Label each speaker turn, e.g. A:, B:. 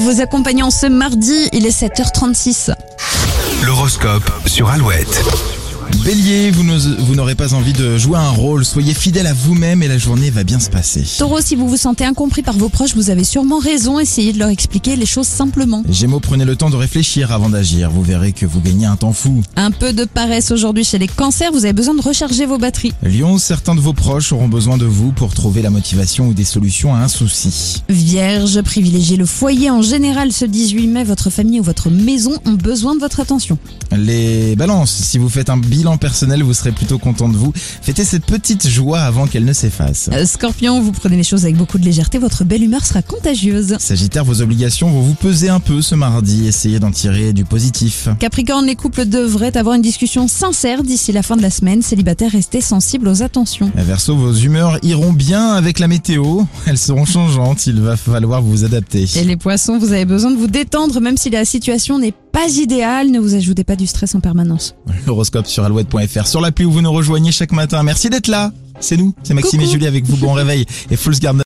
A: vous accompagnant ce mardi, il est 7h36.
B: L'horoscope sur Alouette.
C: Bélier, vous n'ose- vous n'aurez pas envie de jouer un rôle, soyez fidèle à vous-même et la journée va bien se passer.
A: Taureau, si vous vous sentez incompris par vos proches, vous avez sûrement raison. Essayez de leur expliquer les choses simplement.
C: Gémeaux, prenez le temps de réfléchir avant d'agir, vous verrez que vous gagnez un temps fou.
A: Un peu de paresse aujourd'hui chez les cancers, vous avez besoin de recharger vos batteries.
C: Lion, certains de vos proches auront besoin de vous pour trouver la motivation ou des solutions à un souci.
A: Vierge, privilégiez le foyer en général ce 18 mai. Votre famille ou votre maison ont besoin de votre attention.
C: Les balances, si vous faites un bilan personnel, vous serez plutôt content de vous. Fêtez cette petite joie avant qu'elle ne s'efface.
A: Euh, Scorpion, vous prenez les choses avec beaucoup de légèreté. Votre belle humeur sera contagieuse.
C: Sagittaire, vos obligations vont vous peser un peu ce mardi, essayez d'en tirer du positif.
A: Capricorne, les couples devraient avoir une discussion sincère d'ici la fin de la semaine. Célibataires, restez sensibles aux attentions.
C: Verso, vos humeurs iront bien avec la météo. Elles seront changeantes, il va falloir vous adapter.
A: Et les poissons, vous avez besoin de vous détendre, même si la situation n'est pas idéale. Ne vous ajoutez pas du stress en permanence.
C: Horoscope sur alouette.fr, sur l'appli où vous nous rejoignez chaque matin. Merci d'être là. C'est nous, c'est Maxime
A: Coucou.
C: et Julie avec vous. Bon réveil et Fools Garden.